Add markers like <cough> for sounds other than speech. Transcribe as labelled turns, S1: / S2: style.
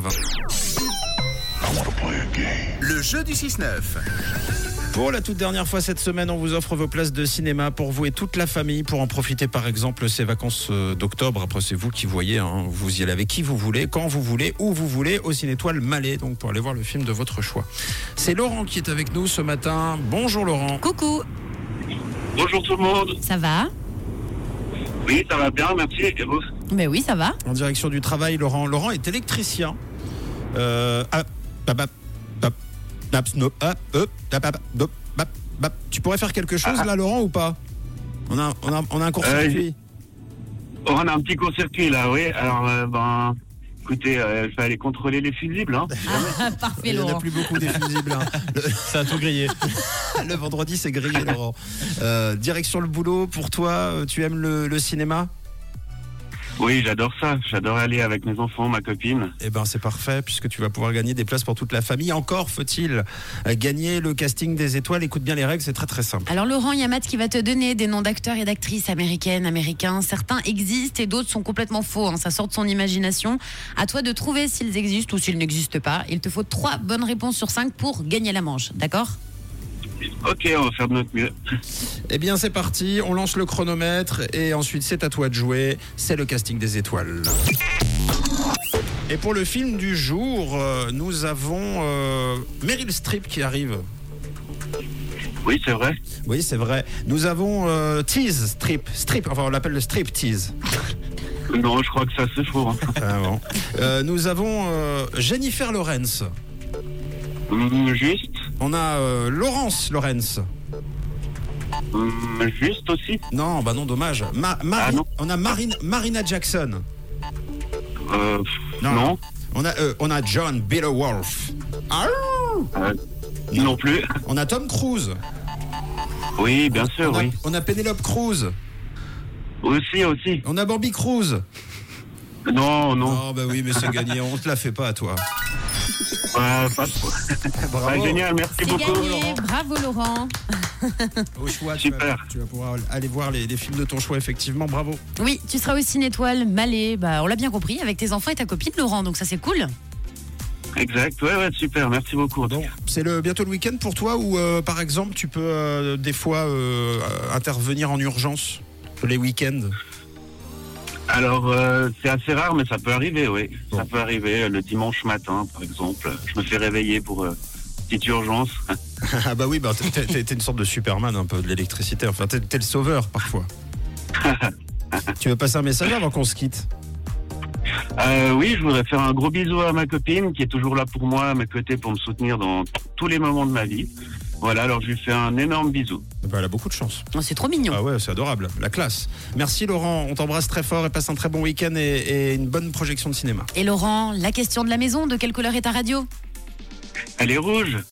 S1: 20.
S2: Le jeu du 6-9.
S1: Pour la toute dernière fois cette semaine, on vous offre vos places de cinéma pour vous et toute la famille pour en profiter par exemple ces vacances euh, d'octobre. Après, c'est vous qui voyez, hein. vous y allez avec qui vous voulez, quand vous voulez, où vous voulez, au Cinétoile Malais, donc pour aller voir le film de votre choix. C'est Laurent qui est avec nous ce matin. Bonjour Laurent.
S3: Coucou,
S4: Bonjour tout le monde.
S3: ça va
S4: Oui, ça va bien, merci. Et vous
S3: Mais oui, ça va.
S1: En direction du travail, Laurent. Laurent est électricien. Euh, ah, bah, bah, bah, bah, no, ah, euh, bah, bah, bah, bah, bah. Tu pourrais faire quelque chose là, Laurent, ou pas on a, on, a, on a un court-circuit.
S4: Oh, On a un petit court-circuit là, oui. Alors, euh, ben, écoutez, euh, il fallait contrôler les fusibles. Hein.
S3: Ah, parfait,
S1: Il n'y en a
S3: Laurent.
S1: plus beaucoup des fusibles. <laughs> hein.
S5: Ça a tout grillé.
S1: <laughs> Le vendredi, c'est grillé, Laurent. Euh, direction le boulot, pour toi, euh, tu aimes le, le cinéma
S4: Oui, j'adore ça. J'adore aller avec mes enfants, ma copine.
S1: Eh ben, c'est parfait, puisque tu vas pouvoir gagner des places pour toute la famille. Encore faut-il euh, gagner le casting des étoiles. Écoute bien les règles, c'est très très simple.
S3: Alors Laurent, il y a Matt qui va te donner des noms d'acteurs et d'actrices américaines, américains. Certains existent et d'autres sont complètement faux. hein. Ça sort de son imagination. À toi de trouver s'ils existent ou s'ils n'existent pas. Il te faut trois bonnes réponses sur cinq pour gagner la manche, d'accord
S4: Ok, on va faire de notre mieux.
S1: Eh bien, c'est parti, on lance le chronomètre et ensuite c'est à toi de jouer. C'est le casting des étoiles. Et pour le film du jour, euh, nous avons euh, Meryl Streep qui arrive.
S4: Oui, c'est vrai.
S1: Oui, c'est vrai. Nous avons euh, Tease Strip. Strip, enfin on l'appelle le Strip
S4: <laughs>
S1: Tease.
S4: Non, je crois que ça se fout.
S1: <laughs>
S4: hein.
S1: Ah bon. Euh, nous avons euh, Jennifer Lawrence.
S4: Hum, juste.
S1: On a euh, Laurence Lawrence.
S4: Hum, juste aussi.
S1: Non, bah non, dommage. Ma- Mari-
S4: Ah non.
S1: On a Marine- Marina Jackson.
S4: Euh, pff, non. Non,
S1: On a, euh, on a John Beelowolf. Ah,
S4: Euh, plus.
S1: on a Tom Cruise.
S4: Oui, bien sûr,
S1: On a,
S4: oui.
S1: on a Penelope Cruz.
S4: Aussi, aussi.
S1: On a Bambi Cruz.
S4: Non, non.
S1: Oh bah oui,
S4: <laughs>
S1: mais c'est gagné. On te la fait pas à toi.
S4: Ouais, pas de problème. Ouais, Bah, génial, merci
S3: C'est
S4: beaucoup.
S3: gagné. Bravo Laurent.
S1: Au choix,
S4: Super.
S1: Tu, vas, tu vas pouvoir aller voir les, les films de ton choix, effectivement. Bravo.
S3: Oui, tu seras aussi une étoile Malais. Bah, on l'a bien compris avec tes enfants et ta copine Laurent. Donc ça c'est cool.
S4: Exact, ouais, ouais, super, merci beaucoup. en tout
S1: Bon,
S4: cas.
S1: c'est le bientôt le week-end pour toi ou euh, par exemple tu peux euh, des fois euh, euh, intervenir en urgence les week-ends.
S4: Alors, euh, c'est assez rare, mais ça peut arriver, oui. Ça peut arriver euh, le dimanche matin, par exemple. Je me fais réveiller pour euh, petite urgence.
S1: <laughs>
S4: <laughs>
S1: ah bah oui, bah t'es- t'es t'es une sorte de Superman un peu de l'électricité. Enfin, t'es t'es le sauveur parfois. tu veux passer un message avant qu'on se quitte
S4: Euh, oui, je voudrais faire un gros bisou à ma copine qui est toujours là pour moi, à mes côtés, pour me soutenir dans tous les moments de ma vie. Voilà, alors je lui fais un énorme bisou.
S1: bah, Elle a beaucoup de chance.
S3: Oh, c'est trop mignon.
S1: Ah ouais, c'est adorable. La classe. Merci Laurent, on t'embrasse très fort et passe un très bon week-end et, et une bonne projection de cinéma.
S3: Et Laurent, la question de la maison, de quelle couleur est ta radio
S4: Elle est rouge